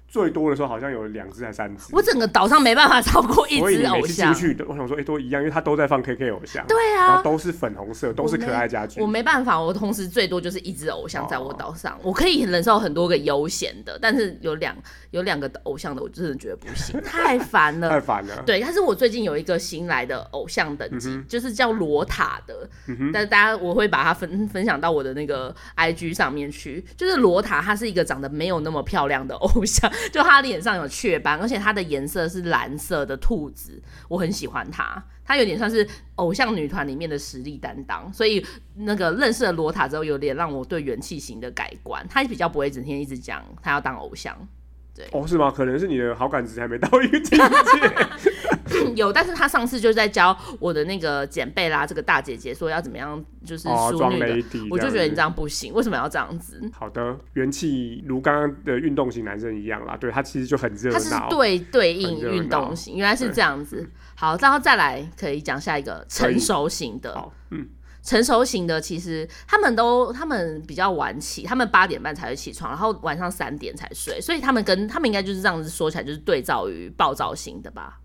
最多的时候好像有两只还三只，我整个岛上没办法超过一所以只你每偶次像进。去的，我想说，哎、都一样，因为他都在放 KK 偶像，对然后啊，都是粉红色，都是可爱家具我。没办法，我同时最多就是一只偶像在我岛哦上，我可以忍受很多个悠闲的，但是有两有两个偶像的，我真的觉得不行，太烦了太。烦了，对，但是我最近有一个新来的偶像等级，就是叫罗塔的，嗯哼但是大家我会把它分分享到我的那个 IG 上面去。就是罗塔，她是一个长得没有那么漂亮的偶像， 就她脸上有雀斑，而且她的颜色是蓝色的兔子，我很喜欢她。她有点算是偶像女团里面的实力担当，所以那个认识了罗塔之后，有点让我对元气型的改观。她比较不会整天一直讲她要当偶像，哦，是吗？可能是你的好感值还没到一哦个 境界。 有，但是他上次就在教我的那个简贝拉这个大姐姐说要怎么样，就是哦，淑装女的， lady，我就觉得你样这子。样不行，为什么要这样子？好的，元气如刚刚的运动型男生一样啦，对他其实就很热它是闹。对对很应热运动闹型，原来是对这样子。好，然后再来可以讲下一个可以成熟型的，好，嗯，成熟型的其实他们都他们比较晚起，他们八点半才会起床，然后晚上三点才睡，所以他们跟他们应该就是这样子说起来，就是对照于暴躁型的吧？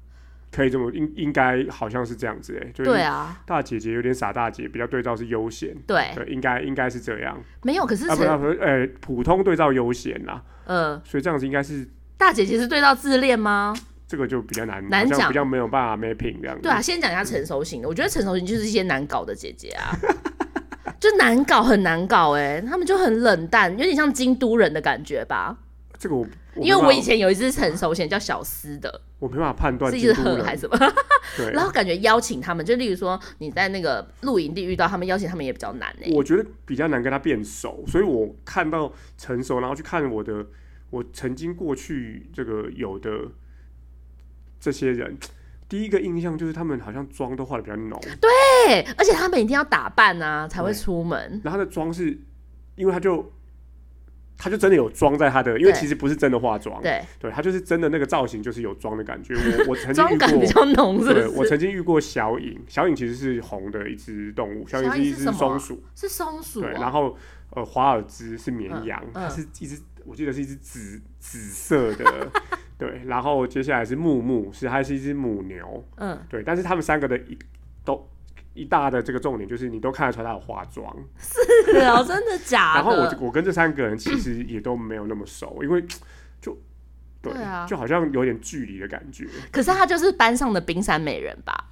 可以这么应应该好像是这样子哎、就是对啊，大姐姐有点傻大姐，比较对照是悠闲，对，对，应该应该是这样，没有，可是啊不是啊成不是，呃，普通对照悠闲啦，呃所以这样子应该是大姐姐是对照自恋吗？这个就比较难，难好像讲比较没有办法 mapping 这样子。对啊，，先讲一下成熟型的，我觉得成熟型就是一些难搞的姐姐啊， 就难搞，很难搞哎、欸，他们就很冷淡，有点像京都人的感觉吧。这个我因为我以前前有一只成熟型叫小思的，我没办法判断是一啊京只都鹤还人，是什么， 对然，后感觉邀请他们，就例如说你在那个露营地遇到他们，邀请他们也比较难哎、我觉得比较难跟他变熟，所以我看到成熟，然后去看我的，我曾经过去这个有的这些人，第一个印象就是他们好像妆都化的比较浓，对，而且他们一定要打扮啊才会对出门，然后他的妆是，因为他就他就真的有妆在他的，因为对其实不是真的化妆，对，对，他就是真的那个造型就是有妆的感觉。我我曾经妆遇感比过，较 浓，是对不我是？曾经遇过小影，小影其实是红的一只动物，小影小是影一是只什么松啊鼠，是松鼠对，然哦，后呃华尔兹是绵嗯羊，它嗯是一只我记得是一只紫紫色的， 对，然后接下来是木木，是还是一只母牛，嗯，对，但是他们三个的一都一大的这个重点就是你都看得出来他有化妆，是哦，真的假的？然后我我跟这三个人其实也都没有那么熟，因为就对对啊就好像有点距离的感觉可是他就是班上的冰山美人吧？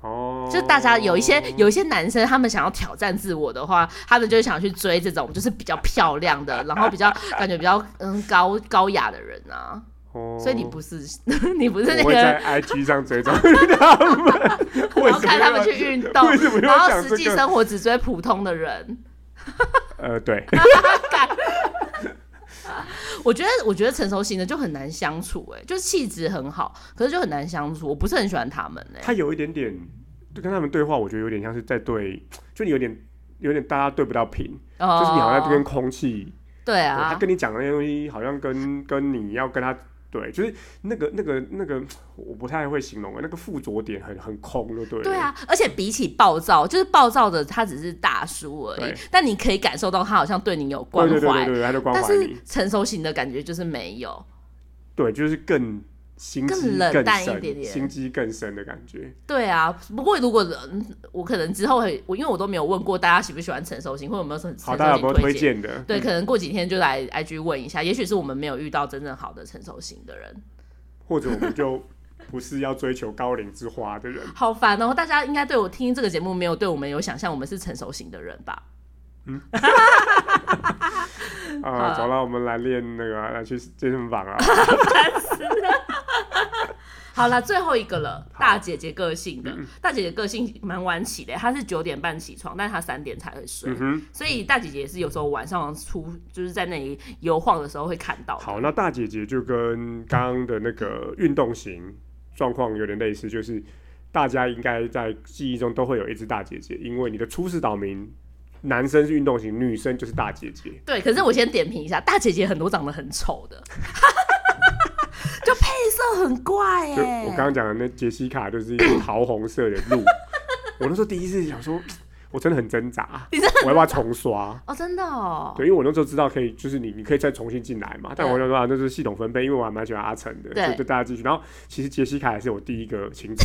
哦。就大家有一些有一些男生，他们想要挑战自我的话，他们就会想去追这种就是比较漂亮的，然后比较感觉比较嗯高高雅的人啊。哦，所以你不是你不是那我会 个，在 IG 上追踪他们，为 然后什么看他们要去运动为什么，要然后讲实际这个生活只追普通的人。呃 对，我觉得我觉得成熟型的就很难相处、哎，就是气质很好，可是就很难相处。我不是很喜欢他们、哎，他有一点点，就跟他们对话，我觉得有点像是在对，就你有点有点大家对不到频，就是你好像在跟哦，空气，对对他啊，跟你讲的那些东西，好像跟跟你要跟他对，就是那个那个那个，我不太会形容，啊那个附着点很很空，就对了。对，啊，而且比起暴躁，就是暴躁的他只是大叔而已对，但你可以感受到他好像对你有关对怀，对对对对，他就关但怀是你，成熟型的感觉就是没有，对，就是更心更机冷更淡一深，点点心机更深的感觉。对啊。不过如果嗯我可能之后会，我因为我都没有问过大家喜不喜欢成熟型，或有没有成好，成大家有没有熟型推推荐嗯荐？的？对，可能过几天就来 IG 问一下，也许是我们没有遇到真正好的成熟型的人，或者我们就不是要追求高龄之花的 人。好烦哦！大家应该对我听这个节目没有对我们有想象，我们是成熟型的人吧？啊，好走了，我们来练那个，来去健身 房啊。好啦，最后一个了，好嗯大姐姐个性的，大姐姐个性蛮晚起的，她是九点半起床，但她三点才会睡，嗯哼，所以大姐姐也是有时候晚上出就是在那里游晃的时候会看到的。好，那大姐姐就跟刚刚的那个运动型状况有点类似，就是大家应该在记忆中都会有一只大姐姐，因为你的初始岛民，男生是运动型，女生就是大姐姐。对，可是我先点评一下，大姐姐很多长得很丑 的，就配色很怪就哎、我刚刚讲的那杰西卡，就是一只桃红色的鹿。我那时候第一次想说，我真的很挣扎， 你真我要不要重刷？哦，真的哦，对，因为我那时候知道可以，就是你你可以再重新进来嘛。但我想说啊，那就是系统分配，因为我还蛮喜欢阿成的，对就就大家继续。然后其实杰西卡也是我第一个情敌，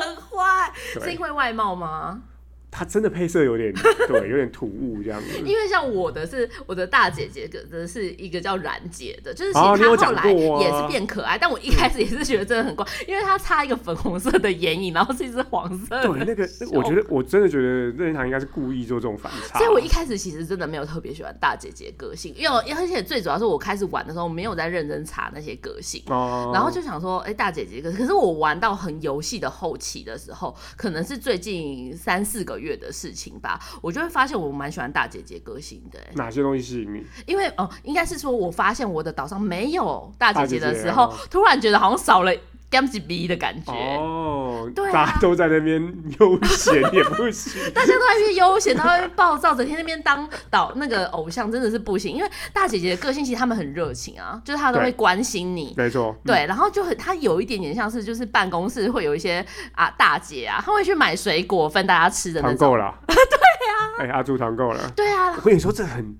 很坏，是对因，为外貌吗？他真的配色有 点对，有点突兀这样子。因为像我的是我的大姐姐，可能是一个叫冉姐的，就是其哦你有实她后讲来过啊嗯也是变可爱，但我一开始也是觉得真的很怪，因为她擦一个粉红色的眼影，然后是一只黄色对，的。那个我 觉得我真的觉得任天堂应该是故意做这种反差。所以我一开始其实真的没有特别喜欢大姐姐个性，因为我而且最主要是我开始玩的时候没有在认真查那些个性，哦，然后就想说，哎、大姐姐，可是可是我玩到很游戏的后期的时候，可能是最近三四个月的事情吧，我就会发现我蛮喜欢大姐姐个性的、诶欸哪些东西吸引你？因为哦、应该是说我发现我的岛上没有大姐姐大的姐姐时候，哦突然觉得好像少了 Gamji B 的感觉。哦，对啊大家都在那边悠闲也不行。 大家都在那边悠闲，都在那边暴躁，整天那边当导那个偶像真的是不行。因为大姐姐的个性其实她们很热情啊，就是她都会对嗯关心你，没错，对，然后就很，他有一点点像是就是办公室会有一些啊大姐啊，她会去买水果分大家吃的那团种。购 了。对啊，哎，阿朱团购了。对啊，我跟你说，这很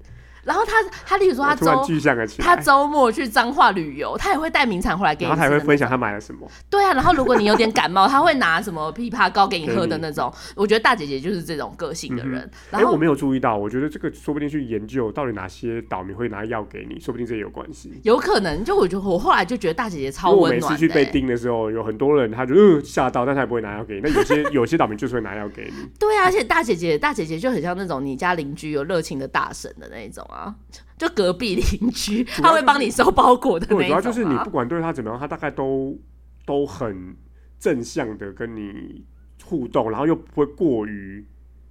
然后她她例如说她突然周具象了起她来，周末去彰化旅游，她也会带名产回来给然后你他吃还的会那种。分享他买了什么。对啊，然后如果你有点感冒，她会拿什么枇杷膏给你给喝你的那种。我觉得大姐姐就是这种个性的人。哎、然后、我没有注意到，我觉得这个说不定去研究到底哪些岛民会拿药给你，说不定这也有关系。有可能，就我觉得我后来就觉得大姐姐因超为我温每暖次的、去被欸。叮的时候，有很多人他就嗯吓到，但他也不会拿药给你。那有些有些岛民就是会拿药给 你，对啊，而且大姐姐大姐姐就很像那种你家邻居有热情的大婶的那一种啊，就隔壁邻居，主要她会帮你收包裹的那对，一主种、要啊。就是你不管对他怎么样，他大概都都很正向的跟你互动，然后又不会过于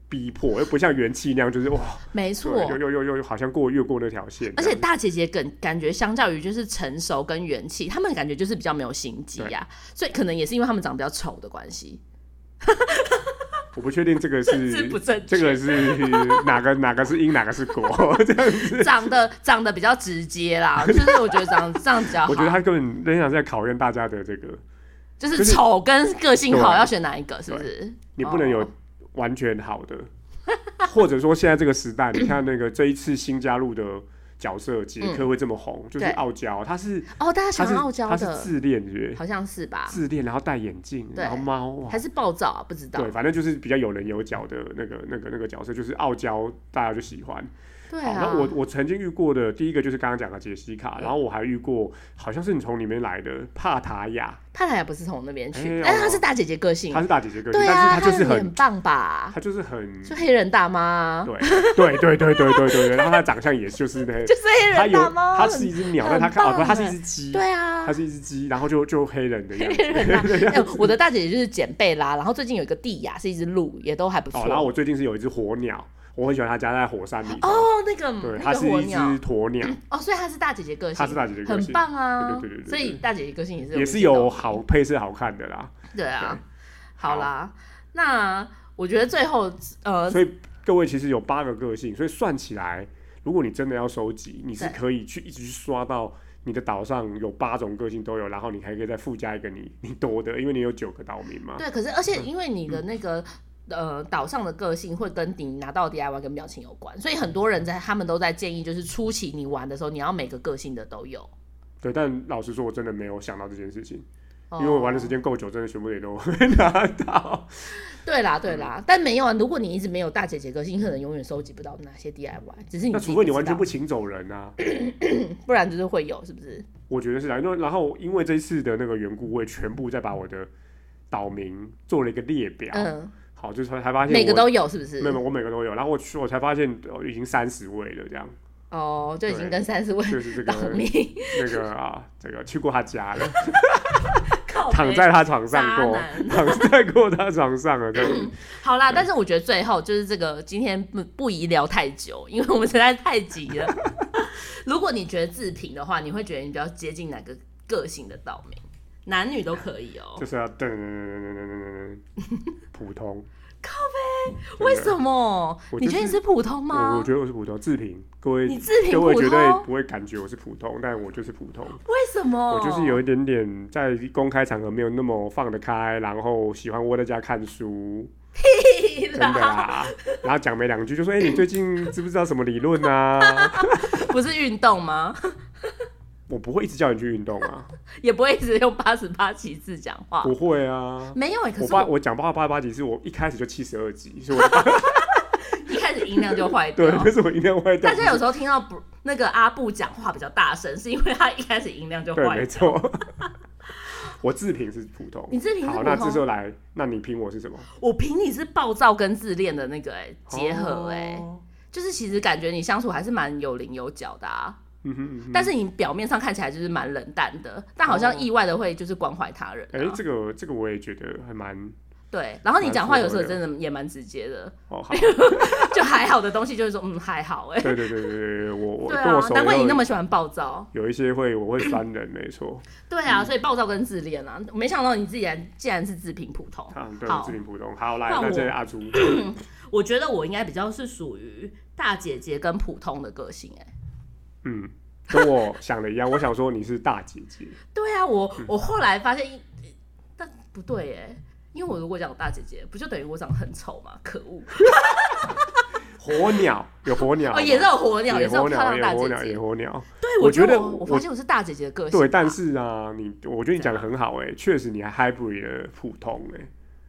逼迫，又不像元气那样就是哇，没对错又。又又又好像过越过那条线这样而子，且大姐姐感感觉相较于就是成熟跟元气，她们感觉就是啊比较没有心机呀、所以可能也是因为她们长得比较丑的关系。我不确定这个政 是治不正这确，个是哪个哪个是因哪个是果这样子。 长得长得比较直 接啦，就是我觉得长这样比啊较好我，觉得他根本仍然在考验大家的这个，就就是是丑跟个性好对要选哪一个，是不是？你不能有哦完全好的， 或者说现在这个时 代，你看那个这一次新加入的角色杰克会这么红，就是嗯对傲娇，他是哦，大家喜他欢是傲娇他是的，自恋，对不对？好像是吧？自恋，然后戴眼镜，对然后猫，哇还是暴躁啊？不知道对，。反正就是比较有棱有角的那个、那个、那个角色，就是傲娇，大家就喜欢。对好，啊那，我我曾经遇过的第一个就是刚刚讲的杰西卡，然后我还遇过，好像是你从里面来的帕塔雅，帕塔也不是从那边去，哎但是哦她是大姐姐个性她，是大姐姐个性，对啊，但是她就是她很很，棒吧？她就是很，就黑人大妈，对对对对对对对，然后她长相也就是那， 就是黑她人有大妈，她是一只鸟，但她看哦很不，棒她是一只鸡，对啊她，是一只鸡，然后就就黑人的样子黑。人大 妈。哎我的大姐姐就是简贝拉，然后最近有一个蒂雅是一只鹿，也都还不错。哦，然后我最近是有一只火鸟，我很喜欢它家在火山里。哦，那个对，那它个是火一只鸟，鸵 鸟，哦，所以她是大姐姐个性，它是大姐姐个很性棒啊。对对对对对所以大姐姐个性也是也是一种有好配色好看的啦。对啊。好好啦，那我觉得最后呃，所以各位其实有八个个性，所以算起来，如果你真的要收集，你是对可以去一直去刷到你的岛上有八种个性都有，然后你还可以再附加一个你你多的，因为你有九个岛民嘛。对，可是而且因为你的那个。呃，岛上的个性会跟你拿到的 DIY 跟表情有关，所以很多人在他们都在建议，就是初期你玩的时候，你要每个个性的都有。对，但老实说，我真的没有想到这件事情，哦因为我玩的时间够久，真的全部也都 没拿到。对嗯啦，对啦，但没有啊。如果你一直没有大姐姐个性，你可能永远收集不到哪些 DIY，只是你那自己除非你知完全道不，请走人啊，不然就是会有，是不是？我觉得是啊。因为然后因为这一次的那个缘故，我也全部再把我的岛民做了一个列表。嗯，好，就是才发现每个我都有，是没有，不没是？有我每个都有。然后我去，我才发现哦已经三十位了，这样哦，就已经对跟三十位就是这岛个民 那个啊，这个去过他家了，靠躺北在他床上渣过，男。躺在过他床上了，这样 子好啦，对但是我觉得最后就是这个，今天不不宜聊太久，因为我们实在太急了。 如果你觉得自评的话，你会觉得你比较接近哪个个性的岛民？男女都可以哦、就是要噔噔噔噔噔噔噔噔，普通。靠呗为什么？我你就觉得你是是普通我吗我？觉得我是普通，自评各位你自评各位普绝对通？哦不会感觉我是普通，但我就是普通，为什么？我就是有一点点在公开场合没有那么放得开，然后喜欢窝在家看书，屁真的啦， 啦，然后讲没两句就说，哎、你最近知不知道什么理论啊？ 不是运动吗？我不会一直叫你去运动啊，也不会一直用八十八旗帜讲话。不会啊。没有哎、可我是八我我讲八八八集是我一开始就七十二集，所以我一开始音量就坏 掉对，。这是我音量坏掉哦大。家有时候听到不那个阿布讲话比较大声，是因为他一开始音量就对，坏没掉。错。 我自评是普通，你自评是好，普那通这时候来，那你评我是什么？我凭你是暴躁跟自恋的那个哎、结合哎、哦就是其实感觉你相处还是蛮有棱有角的啊，嗯哼嗯哼。但是你表面上看起来就是蛮冷淡的，但好像意外的会就是关怀他人、哎、啊。这个这个我也觉得还蛮对，然后你蛮讲话符有合时候的真的也蛮直接的，哦，好，就还好的东西就是说嗯还好哎、对对对对对，我我对跟我嗯啊，熟难怪以你后那么喜欢暴躁。有一些会我会酸人，没 错对啊，所以暴躁跟自恋啊，没想到你自己然竟然是自评普通。啊，对，好我自评普通。好，来，换那我这是阿 朱，我觉得我应该比较是属于大姐姐跟普通的个性、欸，哎，嗯，跟我想的一样，我想说你是大姐姐，对啊，我我后来发现一，但不对哎、因为我如果讲我大姐姐，不就等于我长得很丑吗？可恶！火鸟有火鸟哦，也是是有火鸟，也是有火漂鸟，亮也大火姐鸟，也姐。火鸟。对，我觉觉得我我发现我是大姐姐的个性吧。对，但是啊，你我觉得你讲的很好哎、确实你还 hybrid 了普通哎、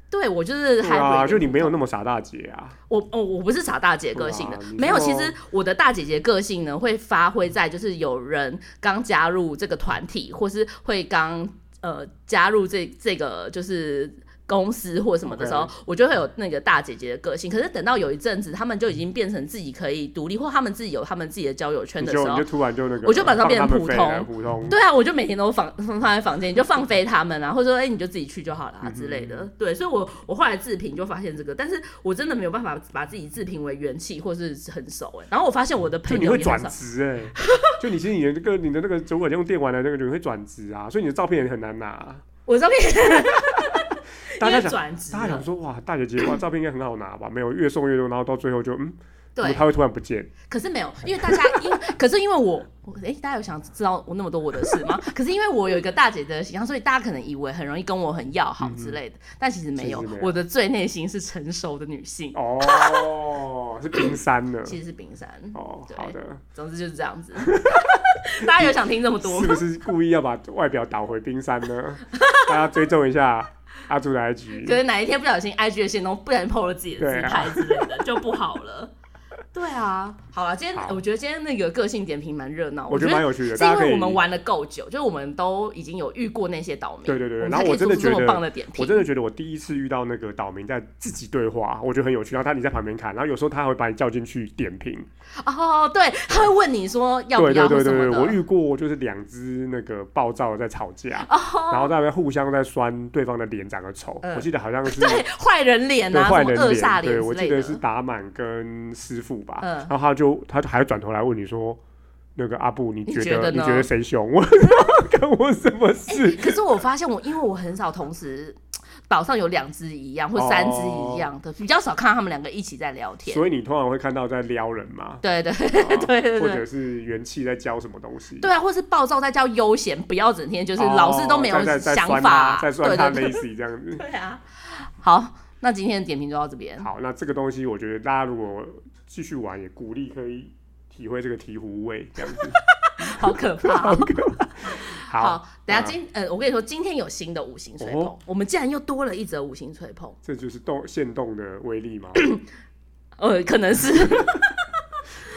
对我就是对还啊，就你没有那么傻大姐啊，我哦，我不是傻大姐个性的哇啊你，没有。说其实我的大姐姐个性呢，会发挥在就是有人刚加入这个团体，或是会刚呃加入这这个就是。公司或什么的时候 OK 我就会有那个大姐姐的个性。可是等到有一阵子，他们就已经变成自己可以独立，或他们自己有他们自己的交友圈你的时就你候就，突然就那个，我就马上放变他们普飞了通普通。对啊，我就每天都放放在房间，你就放飞他们啊，或者说，哎、你就自己去就好了、啊、之类的。对，所以我我后来自评就发现这个，但是我真的没有办法把自己自评为元气或是很熟哎、然后我发现我 的就朋你友会也转很少，职哎、就你其实你的这个你的那个， 如果用电玩的那个，你会转职啊，所以你的照片也很难拿啊、我的照片大家为想转职大家了想，说哇，大姐姐哇，照片应该很好拿吧？没有，越送越多，然后到最后就嗯，怎么对，它会突然不见？可是没有，因为大家因可是因为我我哎、大家有想知道我那么多我的事 吗？可是因为我有一个大姐姐的形象，所以大家可能以为很容易跟我很要好之类的，但其实没有其实没，有我的最内心是成熟的女性，哦， 是冰山呢。其实是冰山。哦，对好的，总之就是这样子。 大家有想听这么多是吗不？是故意要把外表导回冰山呢？ 大家追踪一下阿朱的 IG。可能哪一天不小心 IG 的线动不小心 PO 了自己的对自啊拍之类的， 就不好了。对啊，好了，今天好我觉得今天那个个性点评蛮热闹，我觉得蛮有趣的，是大因家可为我以。们玩的够久，就是我们都已经有遇过那些倒霉，对对对我们然后才可以我真的做出这觉么得棒的点评，我真的觉得我第一次遇到那个岛民在自己对话，我觉得很有趣。然后他你在旁边看，然后有时候他还会把你叫进去点评。哦，对，他会问你说要不对要对或对什对么对，我的，遇过就是两只那个暴躁的在吵架，然后在那边互相在酸对方的脸长得丑。哦嗯我记得好像是 对坏人脸对啊，坏什么人恶脸，煞对脸我之记类得是的，打满跟师傅吧，嗯然后他就他就还转头来问你说。那个阿布，你你觉觉得得你呢哎觉得谁凶？ 我跟我什么事？可是我发现我，因为我很少同时岛上有两只一样或三只一样的，比较少看到他们两个一起在聊天。所以你通常会看到在撩人嘛，对 对对对对或对者是元气在教什么东西，对啊，或是暴躁在叫悠闲，不要整天就是老是都没哦有在在想在酸法他啊，在酸对他对对 Lazy 这样子。 对啊。好，那今天的点评就到这边。好，那这个东西我觉得大家如果继续玩，也鼓励可以体会这个醍醐味 这样子。好 可怕。好，等一下好今呃，我跟你说，今天有新的五星吹捧，哦我们竟然又多了一则五星吹捧，这就是动限动的威力 嘛。呃，可能是。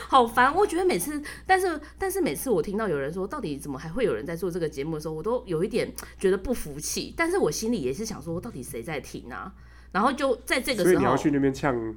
好烦，我觉得每次，但是但是每次我听到有人说，到底怎么还会有人在做这个节目的时候，我都有一点觉得不服气。但是我心里也是想说，到底谁在听啊？然后就在这个所以时你候要去那边呛，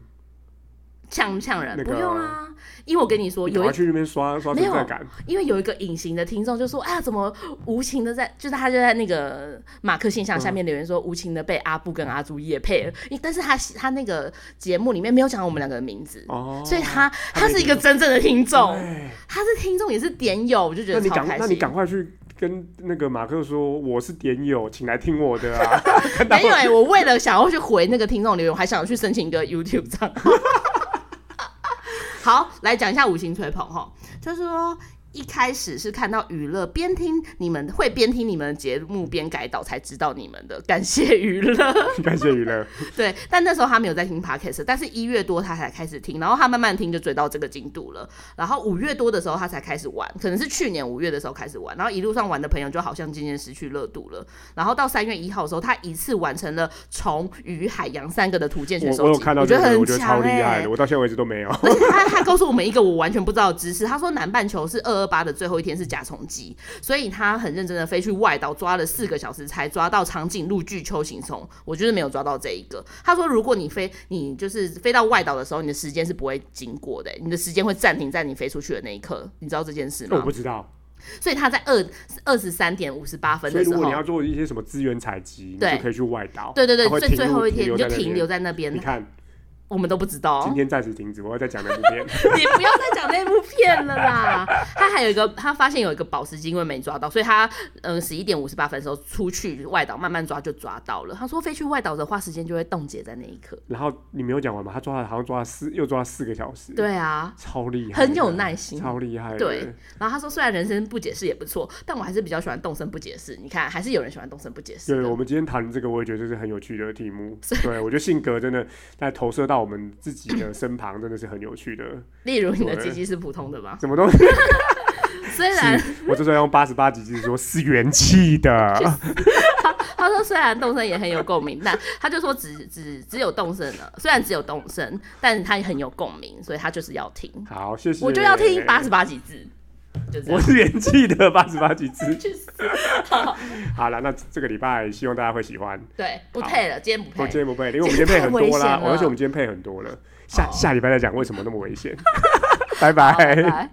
呛呛人，那个不用啊，因为我跟你说，你有一要去那边刷刷没存有在感。因为有一个隐形的听众就说：“啊，怎么无情的在，就是他就在那个马克信箱嗯下面留言说，无情的被阿布跟阿朱叶配了。因但是他他那个节目里面没有讲我们两个的名字，哦，所以他他他是一个真正的听众，对他是听众也是点友，我就觉那得你超赶开那你心。赶快去跟那个马克说，我是点友，请来听我的啊。 看到没有哎、我为了想要去回那个听众留言，我还想去申请一个 YouTube 账号。 好，来讲一下五星吹捧哈，就是说一开始是看到娱乐，边听你们会边听你们的节目边改导才知道你们的，感谢娱乐。感谢娱乐， 对，但那时候他没有在听 Podcast，但是一月多他才开始听，然后他慢慢听就追到这个进度了。然后五月多的时候他才开始玩，可能是去年五月的时候开始玩，然后一路上玩的朋友就好像渐渐失去热度了。然后到三月一号的时候，他一次完成了虫、鱼、海洋三个的图鉴选我手我有集看到觉这得个，我很觉得强超厉哎、害的，我到现在为止都没有。 而且他还告诉我们一个我完全不知道的知识，他说南半球是二二八的最后一天是甲虫季，所以他很认真的飞去外岛抓了四个小时才抓到长颈鹿巨丘形虫，我就是没有抓到这一个。他说如果你飞，你就是飞到外岛的时候，你的时间是不会经过的、欸你的时间会暂停在你飞出去的那一刻，你知道这件事哦我吗不？知道，所以他在二二十三点五十八分所的以时如果候你，要做一些什么资源采集，你哦对就可以去外岛。对对对它会，最停最入后一停天留你在就那停边留在那你边，看，我们都不知道、哦今天暂时停止，我要再讲那部片。 你不要再讲那部片了啦。他还有一个，他发现有一个宝石金龟没抓到，所以他嗯十一点五十八分的时候出去外岛慢慢抓就抓到了。他说飞去外岛的话，时间就会冻结在那一刻。 然后你没有讲完嘛？他抓了，好像抓了四，又抓了四个小时，，对啊，超厉害的，很有耐心。超厉害的，对然后他说，虽然人生不解释也不错，但我还是比较喜欢动身不解释。你看，还是有人喜欢动身不解释对。的。我们今天谈这个，我也觉得这是很有趣的题 目。对，我觉得性格真的在投射到我们自己的身旁，真的是很有趣的。例如你的鸡鸡是普通的吗？什么东西？虽然 我这时候用八十八集就是说，是元气的。 他说，虽然动身也很有共鸣，但他就说只只只有动身了。虽然只有动身，但他也很有共鸣，所以他就是要听。 好，谢谢。我就要听八十。八几字，就这我样。是元气的八十八集之。 去死！好了，那这个礼拜希望大家会喜欢。对，不配了，今天我今不配。天不配，因为我们今天配很多啦太危险，了哦 而且我们今天配很多了。下下礼拜再讲为什么那么危险。拜好拜拜。拜。